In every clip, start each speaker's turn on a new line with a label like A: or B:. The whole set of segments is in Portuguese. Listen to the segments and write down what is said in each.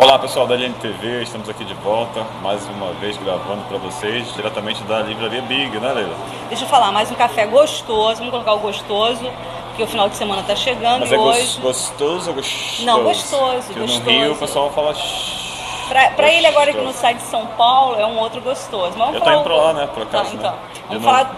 A: Olá pessoal da LMTV, estamos aqui de volta, mais uma vez gravando para vocês, diretamente da Livraria Big, né Leila?
B: Deixa eu falar, mais um café gostoso, vamos colocar o gostoso, porque o final de semana tá chegando
A: Mas
B: e
A: é gos-
B: hoje.
A: gostoso ou gostoso?
B: Não, gostoso,
A: Porque
B: gostoso.
A: no Rio o pessoal fala... shhh,
B: Pra, pra ele agora que não
A: gostoso.
B: sai de São Paulo, é um outro gostoso. Mas vamos
A: Eu tô
B: falar
A: indo
B: um
A: pra lá,
B: pouco-
A: né, por acaso,
B: Tá,
A: né?
B: então.
A: De
B: Vamos
A: novo.
B: falar,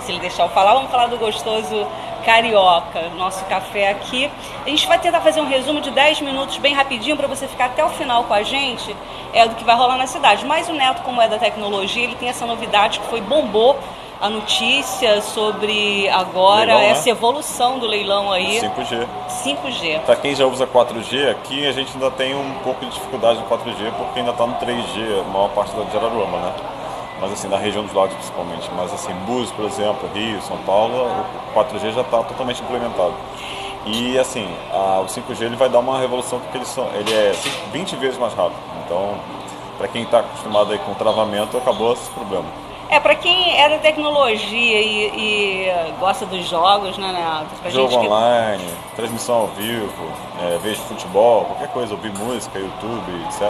B: se ele deixar eu falar, vamos falar do gostoso carioca, nosso café aqui. A gente vai tentar fazer um resumo de 10 minutos bem rapidinho para você ficar até o final com a gente, é do que vai rolar na cidade. Mas o Neto, como é da tecnologia, ele tem essa novidade que foi bombou a notícia sobre agora
A: Leilão, né?
B: essa evolução do leilão aí,
A: 5G.
B: 5G.
A: Para quem já usa 4G, aqui a gente ainda tem um pouco de dificuldade no 4G, porque ainda está no 3G, a maior parte da de Araruama, né? Mas assim, na região dos lagos principalmente. Mas assim, Búzios, por exemplo, Rio, São Paulo, o 4G já está totalmente implementado. E assim, a- o 5G ele vai dar uma revolução, porque ele, são, ele é cin- 20 vezes mais rápido. Então, para quem está acostumado aí com travamento, acabou esse problema.
B: É, pra quem é da tecnologia e, e gosta dos jogos, né, Neto? Pra
A: Jogo
B: gente que-
A: online, transmissão ao vivo, é, vejo futebol, qualquer coisa, ouvir música, YouTube, etc.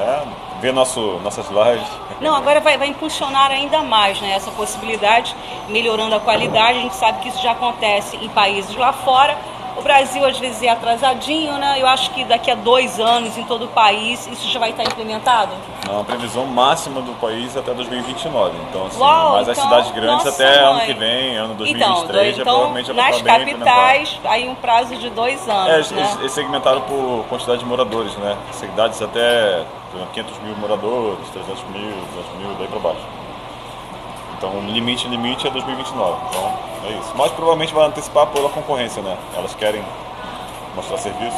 A: É, ver nosso, nossas lives.
B: Não, agora vai, vai impulsionar ainda mais né, essa possibilidade, melhorando a qualidade. A gente sabe que isso já acontece em países lá fora. O Brasil às vezes é atrasadinho, né? Eu acho que daqui a dois anos em todo o país isso já vai estar implementado.
A: A É previsão máxima do país é até 2029. Então, assim,
B: Uau,
A: mas as
B: então,
A: cidades grandes
B: nossa,
A: até ano
B: mãe.
A: que vem, ano 2023,
B: então, do-
A: já
B: então
A: provavelmente já vai
B: nas
A: estar bem implementado.
B: capitais, aí um prazo de dois
A: É,
B: anos.
A: eles
B: né?
A: eles segmentaram por quantidade de moradores, né? Cidades até por exemplo, 500 mil moradores, 300 mil, 200 mil, daí pra baixo. Então, o limite, limite é 2029. Então, é isso. Mas provavelmente vai antecipar pela concorrência, né? Elas querem mostrar serviço.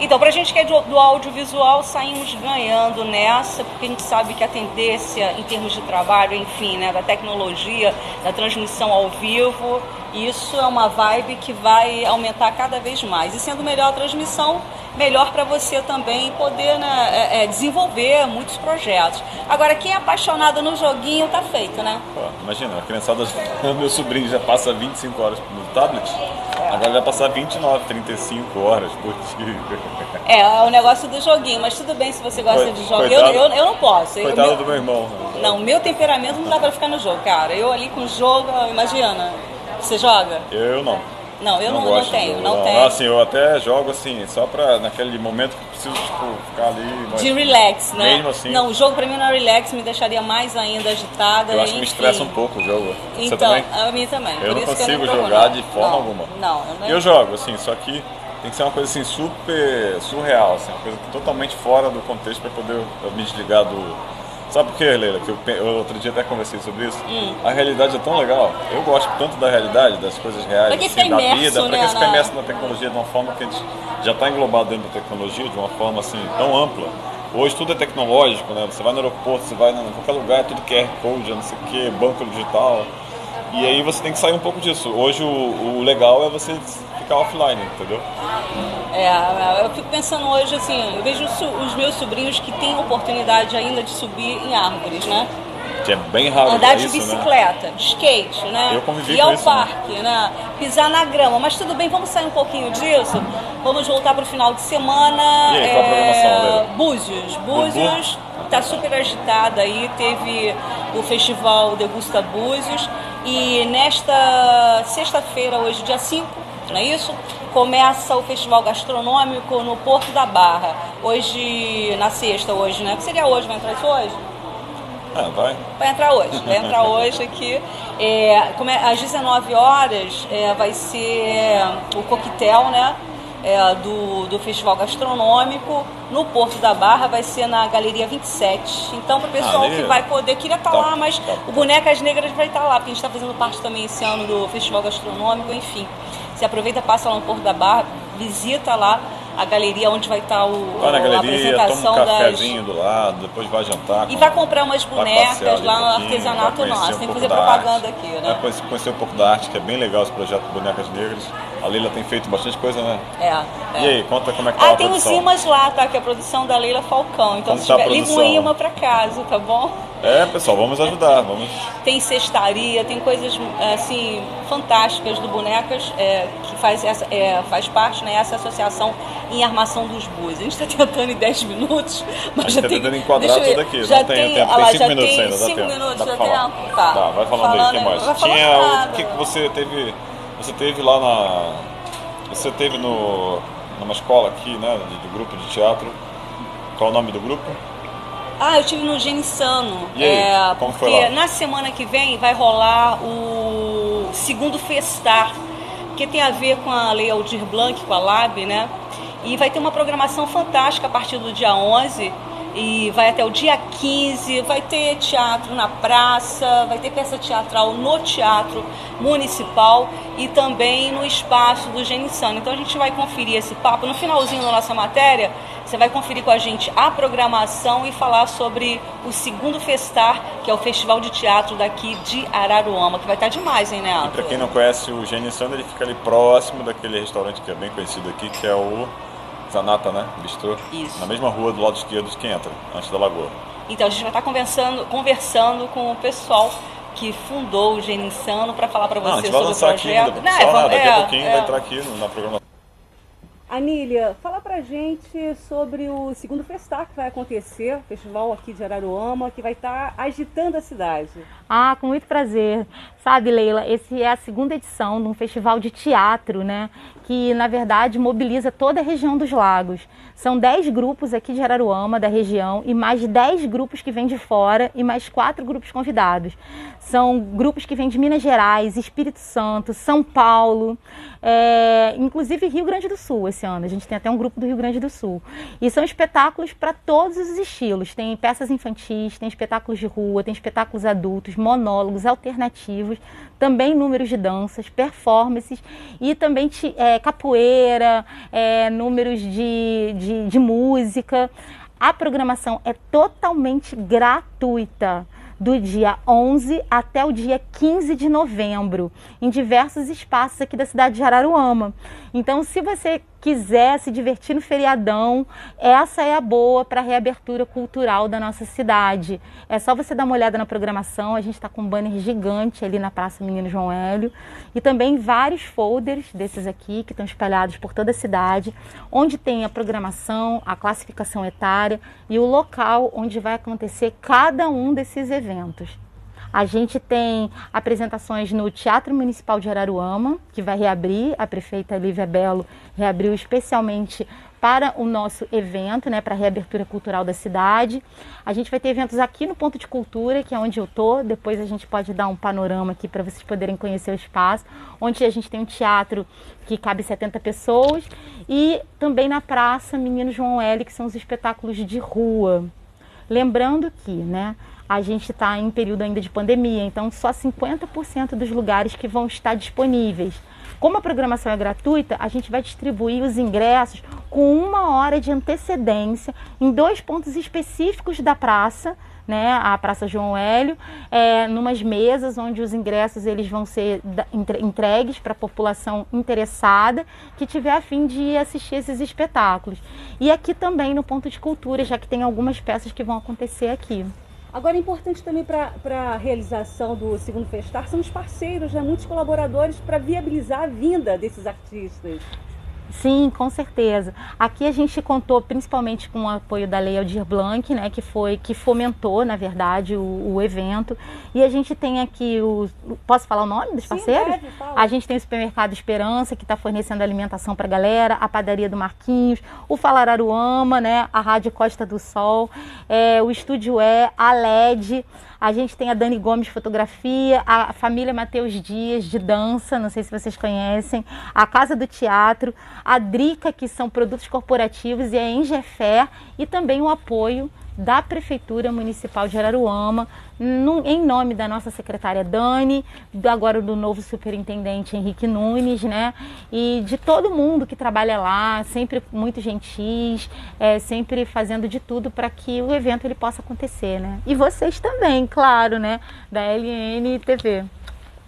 B: Então, para a gente que é do, do audiovisual, saímos ganhando nessa, porque a gente sabe que a tendência em termos de trabalho, enfim, né, da tecnologia, da transmissão ao vivo, isso é uma vibe que vai aumentar cada vez mais. E sendo melhor a transmissão, melhor para você também poder né, é, é, desenvolver muitos projetos. Agora, quem é apaixonado no joguinho, tá feito, né?
A: Pô, imagina, a criançada, meu sobrinho já passa 25 horas no tablet,
B: É.
A: agora vai passar 29, 35 horas por dia.
B: É, é o negócio do joguinho, mas tudo bem se você gosta
A: Coi-
B: de jogo. Eu,
A: coitado-
B: eu, eu não posso. Eu-
A: Coitado
B: meu-
A: do meu irmão.
B: Não, meu temperamento não dá pra ficar no jogo, cara. Eu ali com o jogo, imagina. Você joga?
A: Eu não.
B: Não, eu não, não,
A: gosto de
B: tenho,
A: jogo,
B: não, tenho.
A: Assim, eu até jogo assim, só pra naquele momento que preciso, tipo, ficar ali. Mas
B: de relax, né?
A: Mesmo assim.
B: Não, o jogo pra mim não é relax, me deixaria mais ainda agitada.
A: eu acho que me
B: enfim.
A: estressa um pouco o jogo. Você
B: Então,
A: também?
B: a mim também.
A: Eu
B: por
A: não
B: isso que eu
A: consigo
B: jogo,
A: jogar
B: não.
A: de forma
B: Não,
A: alguma.
B: Não, eu não.
A: Eu jogo, assim, só que tem que ser uma coisa assim super surreal, assim, uma coisa totalmente fora do contexto pra poder eu me desligar do. Sabe por quê, Leila? Que eu, pe- eu outro dia até conversei sobre isso.
B: Hum.
A: A realidade é tão legal. Eu gosto tanto da realidade, das coisas reais,
B: Pra que
A: assim,
B: ficar
A: da
B: imerso,
A: vida, pra
B: né,
A: que ficar
B: na-
A: imerso na tecnologia de uma forma que a gente já está englobado dentro da tecnologia, de uma forma assim tão ampla. Hoje tudo é tecnológico, né? Você vai no aeroporto, você vai em qualquer lugar, é tudo QR Code, não sei o que, banco digital. E aí você tem que sair um pouco disso. Hoje o, o legal é você ficar offline, entendeu?
B: É, eu fico pensando hoje assim, eu vejo os so- os meus sobrinhos que têm oportunidade ainda de subir em árvores, né?
A: Que é bem raro
B: Andar de
A: isso, né?
B: bicicleta, de skate, né?
A: Eu convivi
B: Ir
A: com
B: ao
A: isso, né?
B: parque, né? Pisar na grama. Mas tudo bem, vamos sair um pouquinho disso. Vamos voltar para o final de semana. é,
A: E aí, qual a programação, Leila?
B: Búzios. Búzios está super agitada aí. Teve o festival Degusta Búzios. E nesta sexta-feira, hoje, dia 5, não é isso? Começa o festival gastronômico no Porto da Barra. Hoje, na sexta, hoje, né? Que seria hoje, vai entrar isso hoje?
A: Ah, vai.
B: Vai entrar hoje, vai entrar hoje aqui. É, como é- às 19 horas é, vai ser é, o coquetel, né? é, do, do Festival Gastronômico no Porto da Barra, vai ser na Galeria 27. Então, para o pessoal
A: Ali.
B: que vai poder, queria estar
A: Tá,
B: lá, mas
A: tá.
B: o Bonecas Negras vai estar lá, porque a gente está fazendo parte também esse ano do Festival Gastronômico, enfim. Você aproveita, passa lá no Porto da Barra, visita lá a galeria onde vai estar o,
A: Vai na
B: a
A: galeria, toma
B: apresentação
A: um
B: das,
A: cafezinho do lado, depois vai jantar.
B: e
A: com- um
B: vai comprar umas
A: Vai
B: bonecas
A: passear ali
B: lá no
A: um pouquinho,
B: artesanato
A: vai conhecer
B: nosso.
A: um
B: Tem que
A: pouco
B: fazer
A: da arte.
B: propaganda
A: é
B: aqui,
A: Vai
B: né?
A: conhecer, conhecer um pouco da arte, que é bem legal esse projeto Bonecas Negras. A Leila tem feito bastante coisa, né?
B: É,
A: E
B: é.
A: aí, conta como é que tá
B: Ah,
A: a
B: tem os
A: produção.
B: imãs lá, tá? Que é a produção da Leila Falcão. Então,
A: Como
B: se
A: tá a
B: tiver, liga um
A: produção?
B: imã pra casa, tá bom?
A: É, pessoal, vamos ajudar. Vamos...
B: Tem cestaria, tem coisas assim fantásticas do Bonecas, é, que faz, essa, é, faz parte, né? Essa associação em armação dos bois. A gente está tentando em 10 minutos, mas
A: A gente
B: já
A: tá
B: tem...
A: tentando enquadrar
B: deixa eu ver,
A: tudo aqui.
B: Já
A: Não tem
B: tem,
A: tempo,
B: ah lá,
A: tem cinco
B: já
A: minutos
B: tem
A: ainda, dá
B: cinco
A: tempo.
B: minutos,
A: Dá
B: já
A: pra
B: tem...
A: falar.
B: ah, Tá.
A: Tá, vai falando aí, o que
B: né?
A: mais?
B: Vai falando
A: Tinha o
B: nada.
A: que que você teve. Você teve lá na. Você teve no, numa escola aqui, né? De, de grupo de teatro. Qual é o nome do grupo?
B: Ah, eu tive no Gensano.
A: E aí,
B: é,
A: como
B: porque
A: foi lá?
B: na semana que vem vai rolar o segundo festar, que tem a ver com a Lei Aldir Blanc, com a LAB, né? E vai ter uma programação fantástica a partir do dia 11 e vai até o dia 15, vai ter teatro na praça, vai ter peça teatral no teatro municipal e também no espaço do Genissano. Então a gente vai conferir esse papo. No finalzinho da nossa matéria, você vai conferir com a gente a programação e falar sobre o segundo Festar, que é o festival de teatro daqui de Araruama, que vai estar demais, hein,
A: E pra
B: Neto?
A: quem não conhece o Gene Sandra, ele fica ali próximo daquele restaurante que é bem conhecido aqui, que é o Zanata, né? Bistrô.
B: Isso.
A: Na mesma rua do lado esquerdo de quem entra, antes da lagoa.
B: Então a gente vai estar conversando, conversando com o pessoal que fundou o Gênio Insano para falar para
A: Não, Ah, a
B: você
A: gente vai
B: sobre o
A: lançar aqui
B: projeto. é,
A: ainda. Pessoal, né? Daqui a pouquinho vai entrar aqui na programação.
B: Anília, fala pra gente sobre o segundo festar que vai acontecer, o festival aqui de Araruama, que vai
C: tá
B: estar agitando a cidade.
D: Ah, com muito prazer. Sabe, Leila, esse é a segunda edição de um festival de teatro, né? Que, na verdade, mobiliza toda a região dos lagos. São 10 grupos aqui de Araruama, da região, e mais 10 grupos que vêm de fora e mais quatro grupos convidados. São grupos que vêm de Minas Gerais, Espírito Santo, São Paulo, é, inclusive Rio Grande do Sul esse ano. A gente tem até um grupo do Rio Grande do Sul. E são espetáculos para todos os estilos. Tem peças infantis, tem espetáculos de rua, tem espetáculos adultos, monólogos, alternativos, também números de danças, performances e também ti- é, capoeira, é, números de, de, de música. A programação é totalmente gratuita. Do dia 11 até o dia 15 de novembro, em diversos espaços aqui da cidade de Araruama. Então, se você quiser se divertir no feriadão, essa é a boa para a reabertura cultural da nossa cidade. É só você dar uma olhada na programação, a gente está com um banner gigante ali na Praça Menino João Hélio e também vários folders desses aqui que estão espalhados por toda a cidade, onde tem a programação, a classificação etária e o local onde vai acontecer cada um desses eventos. A gente tem apresentações no Teatro Municipal de Araruama, que vai reabrir, a prefeita Lívia Belo reabriu especialmente para o nosso evento, né, para a reabertura cultural da cidade. A gente vai ter eventos aqui no Ponto de Cultura, que é onde eu tô, depois a gente pode dar um panorama aqui para vocês poderem conhecer o espaço, onde a gente tem um teatro que cabe 70 pessoas e também na praça Menino João L, que são os espetáculos de rua. Lembrando que, né, a gente está em período ainda de pandemia, então só 50% dos lugares que vão estar disponíveis. Como a programação é gratuita, a gente vai distribuir os ingressos com uma hora de antecedência em dois pontos específicos da praça, né, a Praça João Hélio, é, numas mesas onde os ingressos eles vão ser da- entre- entregues para a população interessada que tiver a fim de assistir esses espetáculos. E aqui também no Ponto de Cultura, já que tem algumas peças que vão acontecer aqui.
C: Agora, é importante também para a realização do Segundo Festar são os parceiros, né? muitos colaboradores para viabilizar a vinda desses artistas.
D: Sim, com certeza. Aqui a gente contou principalmente com o apoio da Lei Aldir Blanc, né, que foi que fomentou, na verdade, o, o evento. E a gente tem aqui o posso falar o nome dos parceiros?
C: deve, fala.
D: a gente tem o supermercado Esperança que está fornecendo alimentação para a galera, a padaria do Marquinhos, o Falararuama, né, a Rádio Costa do Sol, é, o Estúdio E, a LED. A gente tem a Dani Gomes Fotografia, a família Matheus Dias de dança, não sei se vocês conhecem, a Casa do Teatro, a Drica, que são produtos corporativos, e a Engefé, e também o apoio da Prefeitura Municipal de Araruama, no- em nome da nossa secretária Dani, do- agora do novo superintendente Henrique Nunes, né? E de todo mundo que trabalha lá, sempre muito gentis, é, sempre fazendo de tudo para que o evento ele possa acontecer, né? E vocês também, claro, né? Da LN TV.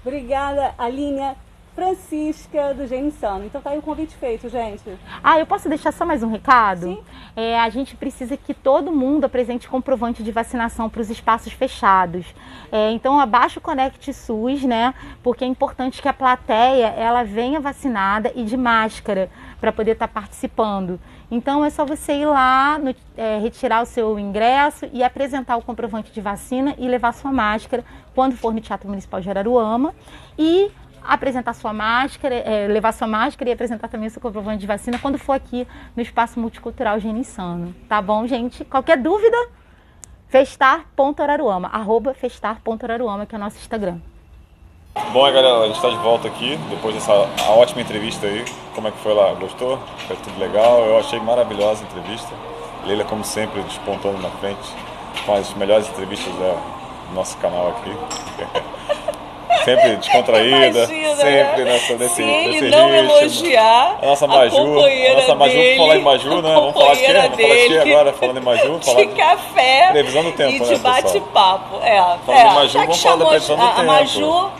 C: Obrigada, Alinha. Francisca do Gênio Insano. Então tá aí o convite feito, gente.
D: Ah, eu posso deixar só mais um recado?
C: Sim.
D: É, a gente precisa que todo mundo apresente comprovante de vacinação para os espaços fechados. É, então, abaixa o Conect SUS, né? Porque é importante que a plateia ela venha vacinada e de máscara para poder estar participando. Então, é só você ir lá, no- é, retirar o seu ingresso e apresentar o comprovante de vacina e levar sua máscara quando for no Teatro Municipal de Araruama. E apresentar sua máscara, é, levar sua máscara e apresentar também o seu comprovante de vacina quando for aqui no Espaço Multicultural Gênio Insano. Tá bom, gente? Qualquer dúvida, festar.araruama, arroba festar.araruama, que é o nosso Instagram.
A: Bom, é, galera, a gente está de volta aqui depois dessa ótima entrevista aí. Como é que foi lá? Gostou? Foi tudo legal? Eu achei maravilhosa a entrevista. Leila, como sempre, despontando na frente com as melhores entrevistas da- do nosso canal aqui. sempre descontraída,
B: Imagina,
A: sempre
B: né?
A: nessa, nesse,
B: Se ele
A: nesse
B: não
A: ritmo.
B: elogiar
A: A nossa
B: a
A: Maju,
B: companheira
A: a nossa Maju,
B: dele,
A: vamos falar em Maju, né?
B: a
A: Vamos falar de quê?
B: companheira
A: Vamos falar de quê
B: dele.
A: agora? Falando em Maju, falar
B: de café
A: previsão do tempo,
B: e
A: né,
B: de
A: pessoal?
B: bate-papo. É,
A: Falando
B: é.
A: em Maju,
B: já que
A: vamos falar da
B: chamou
A: previsão do
B: a, a
A: tempo.
B: Maju,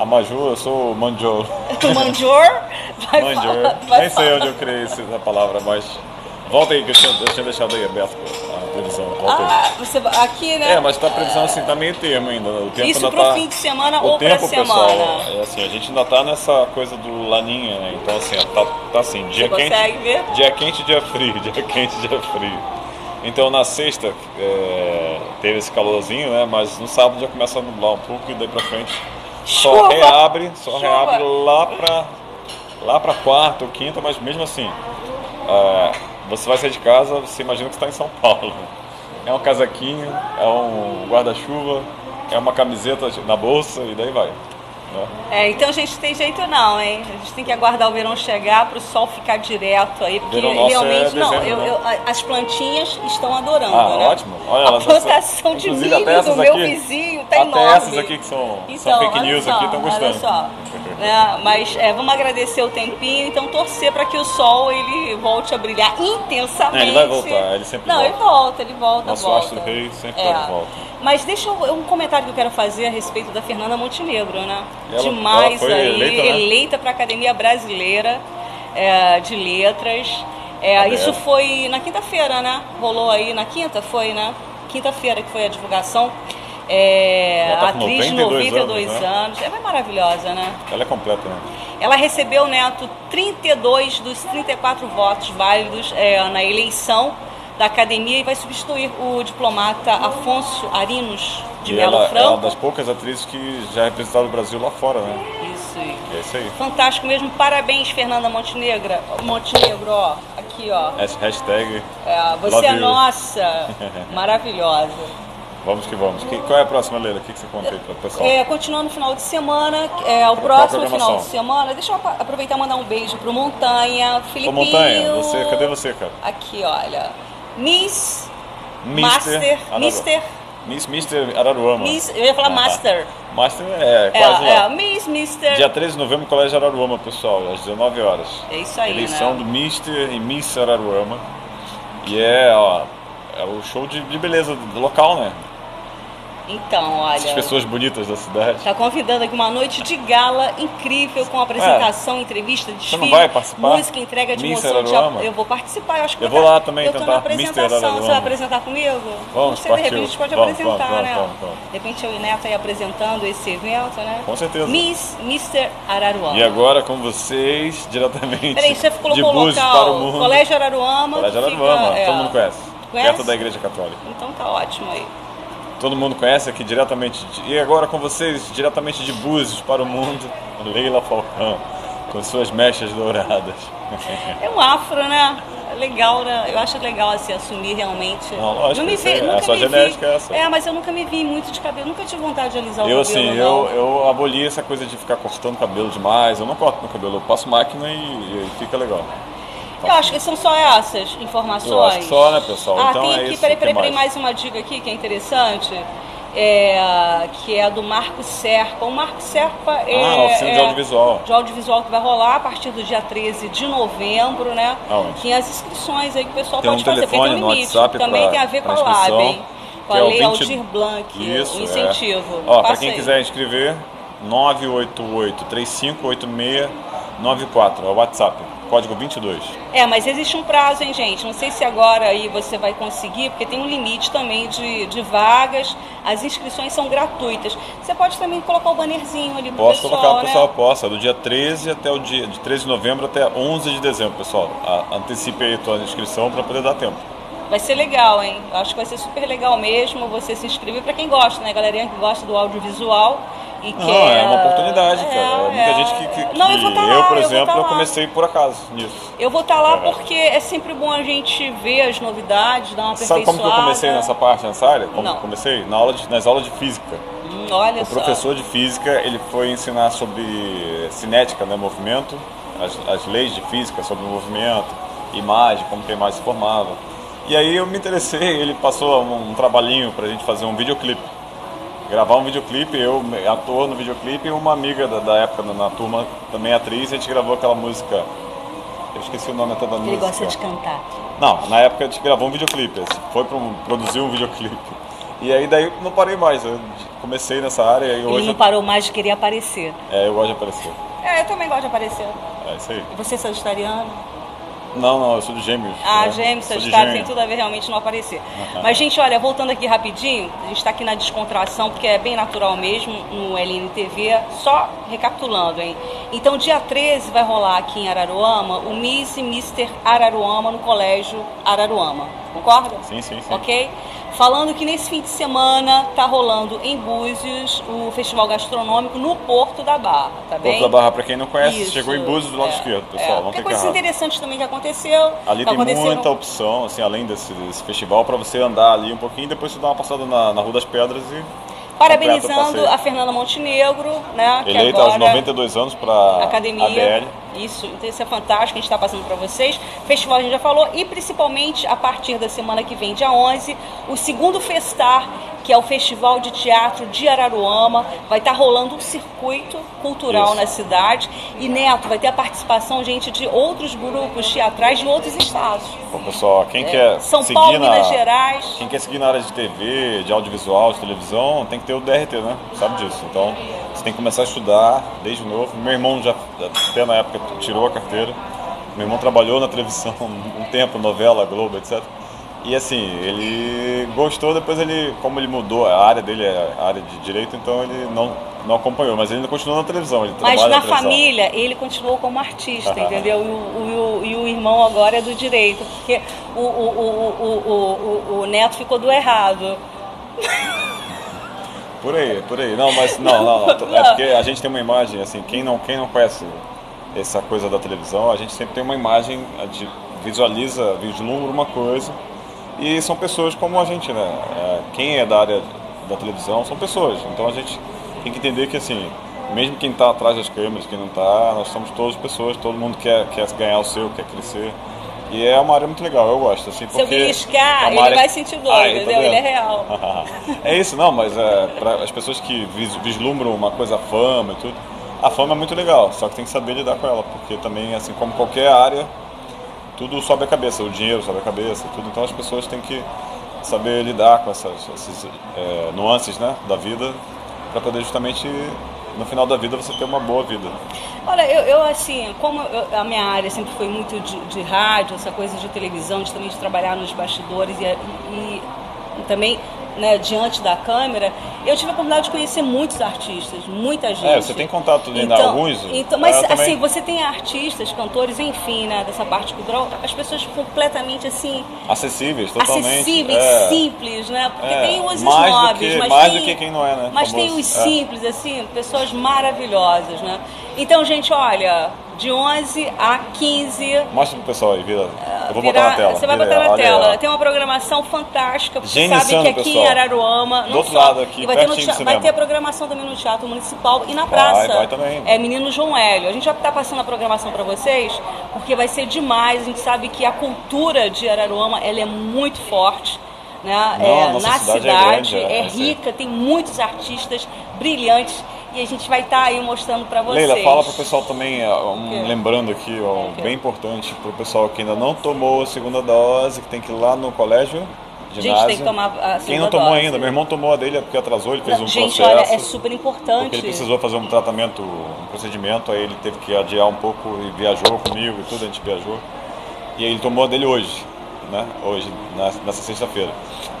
A: A Maju, eu sou o Manjou.
B: o Manjor, vai falar.
A: Manjor.
B: vai
A: Nem
B: falar.
A: sei onde eu criei essa palavra, mas. Volta aí, que eu tinha, eu tinha deixado aí aberto a previsão. Volta aí.
B: Ah, você, aqui, né?
A: É, mas tá a previsão assim, tá meio termo ainda. O tempo
B: Isso
A: ainda
B: pro
A: tá...
B: fim de semana
A: o
B: ou pra
A: tempo,
B: semana?
A: Pessoal, é assim, a gente ainda tá nessa coisa do laninha, né? Então assim, tá, tá assim, dia
B: Você
A: quente.
B: consegue ver?
A: Dia quente, dia frio, dia quente, dia frio. Então na sexta é, teve esse calorzinho, né? Mas no sábado já começa a nublar um pouco e daí pra frente só
B: Chuva!
A: reabre, só
B: Chuva!
A: reabre lá pra, lá pra quarta ou quinta, mas mesmo assim, ah, você vai sair de casa, você imagina que está em São Paulo. É um casaquinho, é um guarda-chuva, é uma camiseta na bolsa e daí vai. né?
B: É, então a gente tem jeito não, hein? A gente tem que aguardar o verão chegar para o sol ficar direto aí, porque
A: Verão nosso
B: realmente
A: é
B: não.
A: dezembro,
B: eu-
A: né?
B: eu- a- as plantinhas estão adorando,
A: Ah,
B: né?
A: ótimo. Olha,
B: a
A: elas-
B: plantação de
A: inclusive, até
B: milho do
A: essas
B: meu
A: aqui-
B: vizinho tá
A: até
B: enorme. Então,
A: essas aqui que são- são fake
B: olha
A: news
B: só,
A: aqui, tão
B: Olha
A: gostando.
B: só, né? Mas é, vamos agradecer o tempinho, então torcer para que o sol ele volte a brilhar intensamente.
A: É, ele vai voltar, ele sempre
B: Não,
A: volta.
B: ele volta, ele volta,
A: Nosso
B: volta.
A: astro rei sempre
B: É.
A: tá de volta.
B: Mas deixa eu, um comentário que eu quero fazer a respeito da Fernanda Montenegro, né?
A: Ela-
B: Demais
A: ela foi
B: aí,
A: eleita, né?
B: para a Academia Brasileira é, de Letras. É,
A: Olha
B: isso
A: ela.
B: foi na quinta-feira, né? Rolou aí na quinta, foi, né? Quinta-feira que foi a divulgação. É,
A: Ela tá com
B: atriz de
A: 92
B: 92
A: anos,
B: anos,
A: né?
B: Ela é maravilhosa, né?
A: Ela é completa, né?
B: Ela recebeu, né, Neto, 32 dos 34 votos válidos é, na eleição da academia e vai substituir o diplomata Afonso Arinos de
A: e
B: Melo
A: ela ela é uma
B: Franco.
A: das poucas atrizes que já representaram o Brasil lá fora, né?
B: Isso aí.
A: E é isso aí.
B: Fantástico mesmo. Parabéns, Fernanda Montenegro. Montenegro, ó. Aqui, ó.
A: Essa hashtag,
B: É, você
A: Love
B: é
A: you.
B: nossa. Maravilhosa.
A: vamos que vamos. Que- qual é a próxima, Leila? O que, que você conta aí pro pessoal?
B: É, continuando o final de semana, é, o
A: Pra- pra
B: próximo final
A: programação.
B: de semana, deixa eu apa- aproveitar e mandar um beijo pro Montanha, Filipinho.
A: Ô, Montanha, você, cadê você, cara?
B: Aqui, olha. Miss,
A: Mister
B: Master,
A: Araruama.
B: Mister,
A: Miss Mister Araruama.
B: Miss, eu ia falar
A: Ah, tá.
B: Master.
A: Master é
B: É,
A: quase
B: é,
A: lá.
B: Miss, Mister.
A: Dia 13 de novembro, Colégio Araruama, pessoal, às 19 horas.
B: É isso aí,
A: Eleição
B: né?
A: do Mister e Miss Araruama. E é, ó, é o show de, de beleza do local, né?
B: Então, olha.
A: Essas pessoas bonitas da cidade.
B: Tá convidando aqui uma noite de gala incrível com apresentação, entrevista, desfile,
A: não vai participar?
B: música, entrega de
A: Miss
B: emoção. de
A: Araruama?
B: apo- Eu vou participar, eu acho que
A: Eu
B: tá-
A: vou lá também
B: Eu tô na
A: tentar, Miss
B: apresentação, você vai
A: Araruama.
B: apresentar comigo?
A: Vamos,
B: Você de
A: partiu.
B: repente pode
A: Vamos,
B: apresentar,
A: vamos, vamos,
B: né?
A: vamos, vamos.
B: De repente eu e Neto aí apresentando esse evento, né?
A: Com certeza.
B: Miss, Mr. Araruama.
A: E agora com vocês, diretamente
B: Peraí, você colocou
A: de
B: o
A: Búzios
B: local. é
A: para o mundo.
B: Colégio Araruama.
A: Colégio
B: que fica-
A: Araruama,
B: é.
A: todo mundo conhece.
B: Conhece?
A: Perto da Igreja Católica.
B: Então tá ótimo aí.
A: Todo mundo conhece aqui diretamente. de- E agora com vocês, diretamente de Búzios para o mundo, Leila Falcão, com suas mechas douradas.
B: É um afro, né? É Legal, né? Eu acho legal assim, assumir realmente.
A: Não, lógico,
B: me
A: isso
B: vi,
A: é-
B: nunca
A: a sua
B: me
A: genética
B: vi.
A: é essa.
B: É, mas eu nunca me vi muito de cabelo, nunca tive vontade de alisar o
A: Eu
B: cabelo.
A: assim,
B: não.
A: eu, eu aboli essa coisa de ficar cortando cabelo demais. Eu não corto meu cabelo, eu passo máquina e, e fica legal.
B: Eu acho que são só essas informações.
A: Eu acho que só, né, pessoal?
B: Ah,
A: Então
B: tem
A: é
B: aqui,
A: isso,
B: peraí,
A: o que
B: peraí, peraí, mais
A: mais?
B: uma dica aqui que é interessante. É, que é do Marco Serpa. O Marco Serpa é.
A: Ah, a oficina de
B: é-
A: audiovisual.
B: de audiovisual que vai rolar a partir do dia 13 de novembro, né?
A: Aonde?
B: Que as inscrições aí que o pessoal
A: Tem um
B: pode fazer, porque
A: telefone
B: tem um
A: no
B: limite.
A: WhatsApp
B: Também
A: pra-
B: tem a ver com a
A: transmissão,
B: LAB, hein?
A: que
B: Com a
A: é o
B: Lei
A: 20
B: Aldir Blanc,
A: Isso,
B: o incentivo.
A: É. Ó, pra
B: Passa
A: quem
B: aí.
A: quiser inscrever, 988-358694, é o WhatsApp, código 22.
B: É, mas existe um prazo, hein, gente? Não sei se agora aí você vai conseguir, porque tem um limite também de, de vagas. As inscrições são gratuitas. Você pode também colocar o bannerzinho ali pro
A: Posso
B: pessoal,
A: colocar, o
B: né?
A: pessoal possa, do dia 13 até o dia, de 13 de novembro até 11 de dezembro, pessoal. A- Antecipe aí a tua inscrição para poder dar tempo.
B: Vai ser legal, hein? Eu Acho que vai ser super legal mesmo você se inscrever para quem gosta, né? Galerinha que gosta do audiovisual e
A: Não,
B: quer...
A: é uma oportunidade, cara. É, muita
B: é.
A: gente que, que-
B: Não,
A: que
B: eu, vou tá lá,
A: por
B: vou
A: exemplo,
B: tá
A: eu
B: lá.
A: comecei por acaso nisso.
B: Eu vou estar lá
A: É.
B: porque é sempre bom a gente ver as novidades, dar uma
A: Sabe
B: aperfeiçoada.
A: como que eu comecei nessa parte, nessa área? Como
B: Não.
A: que eu comecei? Na aula de- nas aulas de física.
B: Hum, olha
A: O professor de física, ele foi ensinar sobre cinética, né, movimento, as, as leis de física sobre o movimento, imagem, como que a imagem se formava. E aí eu me interessei, ele passou um, um trabalhinho pra gente fazer um videoclipe. Gravar um videoclipe, eu me- ator no videoclipe e uma amiga da, da época na, na turma, também atriz, a gente gravou aquela música. Eu esqueci o nome até da
B: só.
A: música.
B: Ele gosta de cantar.
A: Não, na época a gente gravou um videoclipe, assim, foi pra um, produzir um videoclipe. E aí daí eu não parei mais, eu comecei nessa área e
B: Ele
A: hoje
B: não parou mais de querer aparecer.
A: é, eu gosto de aparecer.
B: É, eu também gosto de aparecer.
A: É isso aí.
B: E você, sagitariano?
A: Não, não, eu sou de gêmeos.
B: Ah,
A: né?
B: gêmeos,
A: Sou de Ah, tá.
B: sagitário, tem
A: gêmeo.
B: tudo a ver realmente não aparecer.
A: Aham.
B: Mas, gente, olha, voltando aqui rapidinho, a gente está aqui na descontração, porque é bem natural mesmo, no LNTV, só recapitulando, hein? Então, dia 13 vai rolar aqui em Araruama o Miss e Mr. Araruama no Colégio Araruama. Concorda?
A: Sim, sim, sim.
B: Ok? Falando que nesse fim de semana tá rolando em Búzios o Festival Gastronômico no Porto da Barra, tá bem?
A: Porto da Barra, pra quem não conhece,
B: Isso.
A: chegou em Búzios do lado
B: É,
A: esquerdo,
B: é.
A: pessoal. Não
B: Porque
A: fica
B: coisas
A: errado.
B: interessantes também que aconteceu. tá
A: Ali
B: que
A: tem
B: aconteceram-
A: muita opção, assim, além desse, desse festival, pra você andar ali um pouquinho e depois você dá uma passada na, na Rua das Pedras e. completa o
B: Parabenizando
A: passeio.
B: a Fernanda Montenegro, né? que
A: Eleita
B: agora...
A: aos 92 anos pra
B: Academia.
A: ABL.
B: Isso, então isso é fantástico, a gente está passando para vocês. Festival a gente já falou, e principalmente a partir da semana que vem, dia 11, o segundo Festar, que é o Festival de Teatro de Araruama. Vai estar rolando um circuito cultural
A: Isso.
B: na cidade. E Neto, vai ter a participação, gente, de outros grupos teatrais de outros estados.
A: Bom, pessoal, quem quer
B: É. São
A: seguir na...
B: Paulo, Minas Gerais.
A: Quem quer seguir na área de TV, de audiovisual, de televisão, tem que ter o DRT, né? Sabe disso. Então, você tem que começar a estudar desde novo. Meu irmão já, até na época, tirou a carteira. Meu irmão trabalhou na televisão um tempo, novela, Globo, etc. E assim, ele gostou, depois ele, como ele mudou, a área dele é a área de direito, então ele não, não acompanhou, mas ele ainda continuou na televisão, ele
B: Mas
A: trabalha
B: na
A: televisão.
B: família ele continuou como artista,
A: Aham.
B: entendeu? E o, o- o- e o irmão agora é do direito, porque o, o- o- o- o- o- o neto ficou do errado.
A: Por aí, por aí. Não, mas não, não, não. É porque a gente tem uma imagem, assim, quem não, quem não conhece essa coisa da televisão, a gente sempre tem uma imagem, a gente visualiza, vislumbra uma coisa. E são pessoas como a gente, né? É, Quem é da área da televisão são pessoas. Então a gente tem que entender que, assim, mesmo quem está atrás das câmeras, quem não está, nós somos todas pessoas, todo mundo quer, quer ganhar o seu, quer crescer. E é uma área muito legal, eu gosto, assim,
B: Se eu
A: porque...
B: beliscar,
A: é uma
B: ele vai sentir dor,
A: Ah, tá
B: entendeu? Ele é
A: vendo?
B: real.
A: é isso, não, mas é, para as pessoas que vis- vislumbram uma coisa, a fama e tudo, a fama é muito legal, só que tem que saber lidar com ela, porque também, assim como qualquer área, tudo sobe a cabeça, o dinheiro sobe a cabeça, tudo. Então as pessoas têm que saber lidar com essas, esses é, nuances né, da vida, para poder justamente, no final da vida, você ter uma boa vida.
B: Olha, eu, eu, assim, como eu- a minha área sempre foi muito de, de rádio, essa coisa de televisão, de também de trabalhar nos bastidores e, e- e também né, diante da câmera, eu tive a oportunidade de conhecer muitos artistas, muita gente.
A: É, você tem contato, né, alguns?
B: Então,
A: Ah,
B: mas
A: eu também.
B: assim, você tem artistas, cantores, enfim, né, dessa parte cultural, as pessoas completamente assim,
A: Acessíveis, totalmente.
B: acessíveis,
A: é.
B: simples, né? Porque
A: É,
B: tem os
A: mais do
B: snobs,
A: que-
B: mas
A: mais
B: tem,
A: do que quem não é, né?
B: Mas tem
A: Famoso,
B: os
A: é.
B: simples, assim, pessoas maravilhosas, né? Então, gente, olha, de 11 a 15...
A: Mostra pro pessoal aí, vira. Eu vou botar
B: virar-
A: na tela.
B: Você vai
A: vira
B: botar
A: aí,
B: na
A: olha aí,
B: tela.
A: ó.
B: Tem uma programação fantástica. Porque
A: Gênio
B: sabe
A: Insano,
B: que aqui em
A: pessoal.
B: Araruama,
A: Do
B: não
A: outro
B: só,
A: lado aqui,
B: e vai, ter
A: pertinho
B: no
A: do
B: teatro- vai
A: cinema.
B: ter a programação também no Teatro Municipal e na praça.
A: vai também.
B: É Menino João Hélio. A gente já está passando a programação para vocês, porque vai ser demais. A gente sabe que a cultura de Araruama ela é muito forte. Né?
A: Não,
B: É,
A: a nossa
B: na
A: cidade é
B: cidade
A: grande, é,
B: é
A: eu sei.
B: rica, tem muitos artistas brilhantes e a gente vai estar aí mostrando para vocês.
A: Leila, fala pro pessoal também, ó, um-
B: É.
A: lembrando aqui, ó,
B: É.
A: bem importante pro pessoal que ainda não tomou a segunda dose, que tem que ir lá no colégio ginásio.
B: Gente, tem que tomar a
A: Quem
B: segunda
A: não tomou
B: dose.
A: ainda, meu irmão tomou a dele é porque atrasou, ele fez um
B: Gente,
A: processo.
B: olha, é super
A: Porque ele
B: importante.
A: precisou fazer um tratamento, um procedimento, aí ele teve que adiar um pouco e viajou comigo e tudo, a gente viajou. E aí ele tomou a dele hoje, né? Hoje, na- nessa sexta-feira.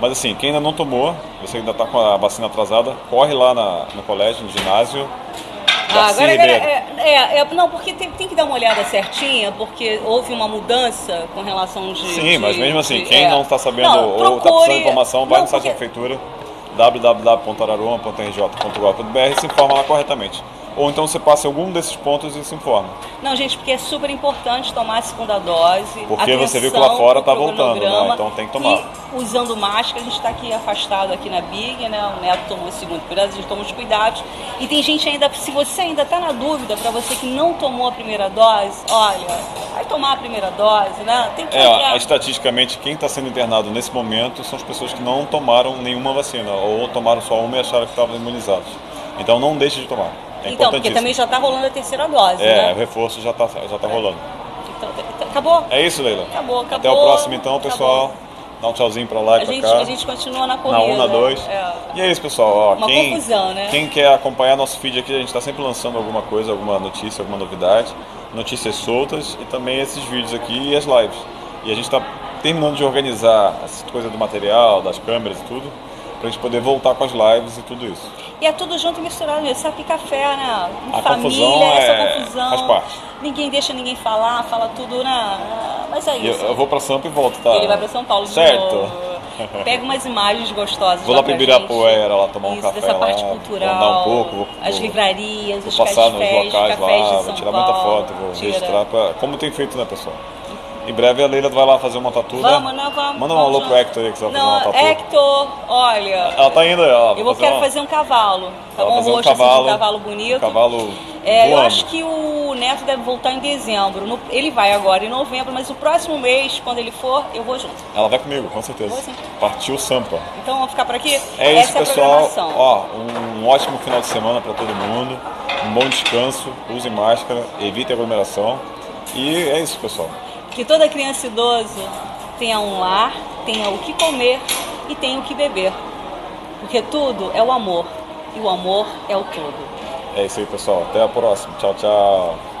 A: Mas assim, quem ainda não tomou, você ainda está com a vacina atrasada, corre lá na- no colégio, no ginásio.
B: Ah,
A: Darcy
B: agora, agora
A: Ribeiro.
B: é, é, é- não, porque tem, tem que dar uma olhada certinha, porque houve uma mudança com relação de.
A: Sim,
B: de-
A: mas mesmo assim,
B: de-
A: quem
B: é.
A: não está sabendo
B: Não,
A: ou está precisando
B: procure-
A: de informação, vai
B: não,
A: no site da
B: porque-
A: prefeitura www.araroma.rj.gov.br e se informa lá corretamente. Ou então você passa em algum desses pontos e se informa.
B: Não, gente, porque é super importante tomar a segunda dose.
A: Porque você
B: Atenção
A: viu que lá fora
B: pro
A: tá voltando, né?
B: cronograma.
A: Então tem que tomar.
B: E usando máscara, a gente está aqui afastado aqui na Big, né? O Neto tomou o segundo cuidado, a gente toma os cuidados. E tem gente ainda, se você ainda está na dúvida, para você que não tomou a primeira dose, olha, vai tomar a primeira dose, né? Tem que
A: É,
B: olhar.
A: ó, estatisticamente, quem está sendo internado nesse momento são as pessoas que não tomaram nenhuma vacina, ou tomaram só uma e acharam que estavam imunizados. Então não deixe de tomar. É
B: então, porque
A: importantíssimo.
B: também já está rolando a terceira dose,
A: É, o
B: né?
A: reforço já está já tá rolando.
B: Então, tá- tá- acabou?
A: É isso, Leila.
B: Acabou, acabou.
A: Até o próximo então,
B: Acabou.
A: pessoal. Dá um tchauzinho pra lá
B: A
A: e pra
B: gente,
A: cá.
B: a gente continua na
A: na
B: corrida.
A: 1, na 2.
B: É.
A: E é isso, pessoal. Ó,
B: Uma
A: quem,
B: confusão, né?
A: Quem quer acompanhar nosso feed aqui, a gente está sempre lançando alguma coisa, alguma notícia, alguma novidade. Notícias soltas e também esses vídeos aqui e as lives. E a gente está terminando de organizar as coisas do material, das câmeras e tudo, pra gente poder voltar com as lives e tudo isso.
B: E é tudo junto e misturado mesmo. Sabe que café, né? Em
A: A
B: família,
A: confusão
B: essa
A: é-
B: confusão.
A: faz parte.
B: Ninguém deixa ninguém falar, fala tudo, né? Mas é
A: E eu,
B: isso.
A: eu vou pra Sampa e volto, tá?
B: Ele vai pra São Paulo
A: certo.
B: de novo. Pega umas imagens gostosas.
A: Vou lá pro Ibirapuera, lá tomar um
B: Isso,
A: café
B: dessa parte
A: lá,
B: cultural.
A: andar um pouco, vou-
B: as
A: vou-
B: livrarias, os
A: Vou passar nos
B: cafés,
A: locais
B: cafés de
A: lá,
B: São
A: vou tirar
B: Paulo.
A: muita foto, vou
B: Tira.
A: registrar, pra, como tem feito, né, pessoal? Em breve a Leila vai lá fazer uma tatu,
B: Vamos,
A: né?
B: não, vamos.
A: Manda um
B: vamos
A: alô
B: junto.
A: pro Hector aí que você vai fazer
B: Não,
A: uma tatu.
B: Hector, olha.
A: Ela tá indo, ela
B: Eu vou, quero fazer um cavalo, tá bom? Roxo, assim, um cavalo bonito.
A: Cavalo
B: É, eu
A: voando.
B: acho que o Neto deve voltar em dezembro. No- ele vai agora em novembro, mas o próximo mês, quando ele for, eu vou junto.
A: Ela vai comigo, com certeza.
B: Vou sim.
A: Partiu Sampa.
B: Então vamos ficar por aqui?
A: É isso,
B: Essa é a
A: pessoal.
B: programação.
A: Ó, um ótimo final de semana para todo mundo. Um bom descanso, use máscara, evite aglomeração. E é isso, pessoal.
B: Que toda criança e idoso tenha um lar, tenha o que comer e tenha o que beber. Porque tudo é o amor. E o amor é o todo.
A: É isso aí, pessoal. Até a próxima. Tchau, tchau.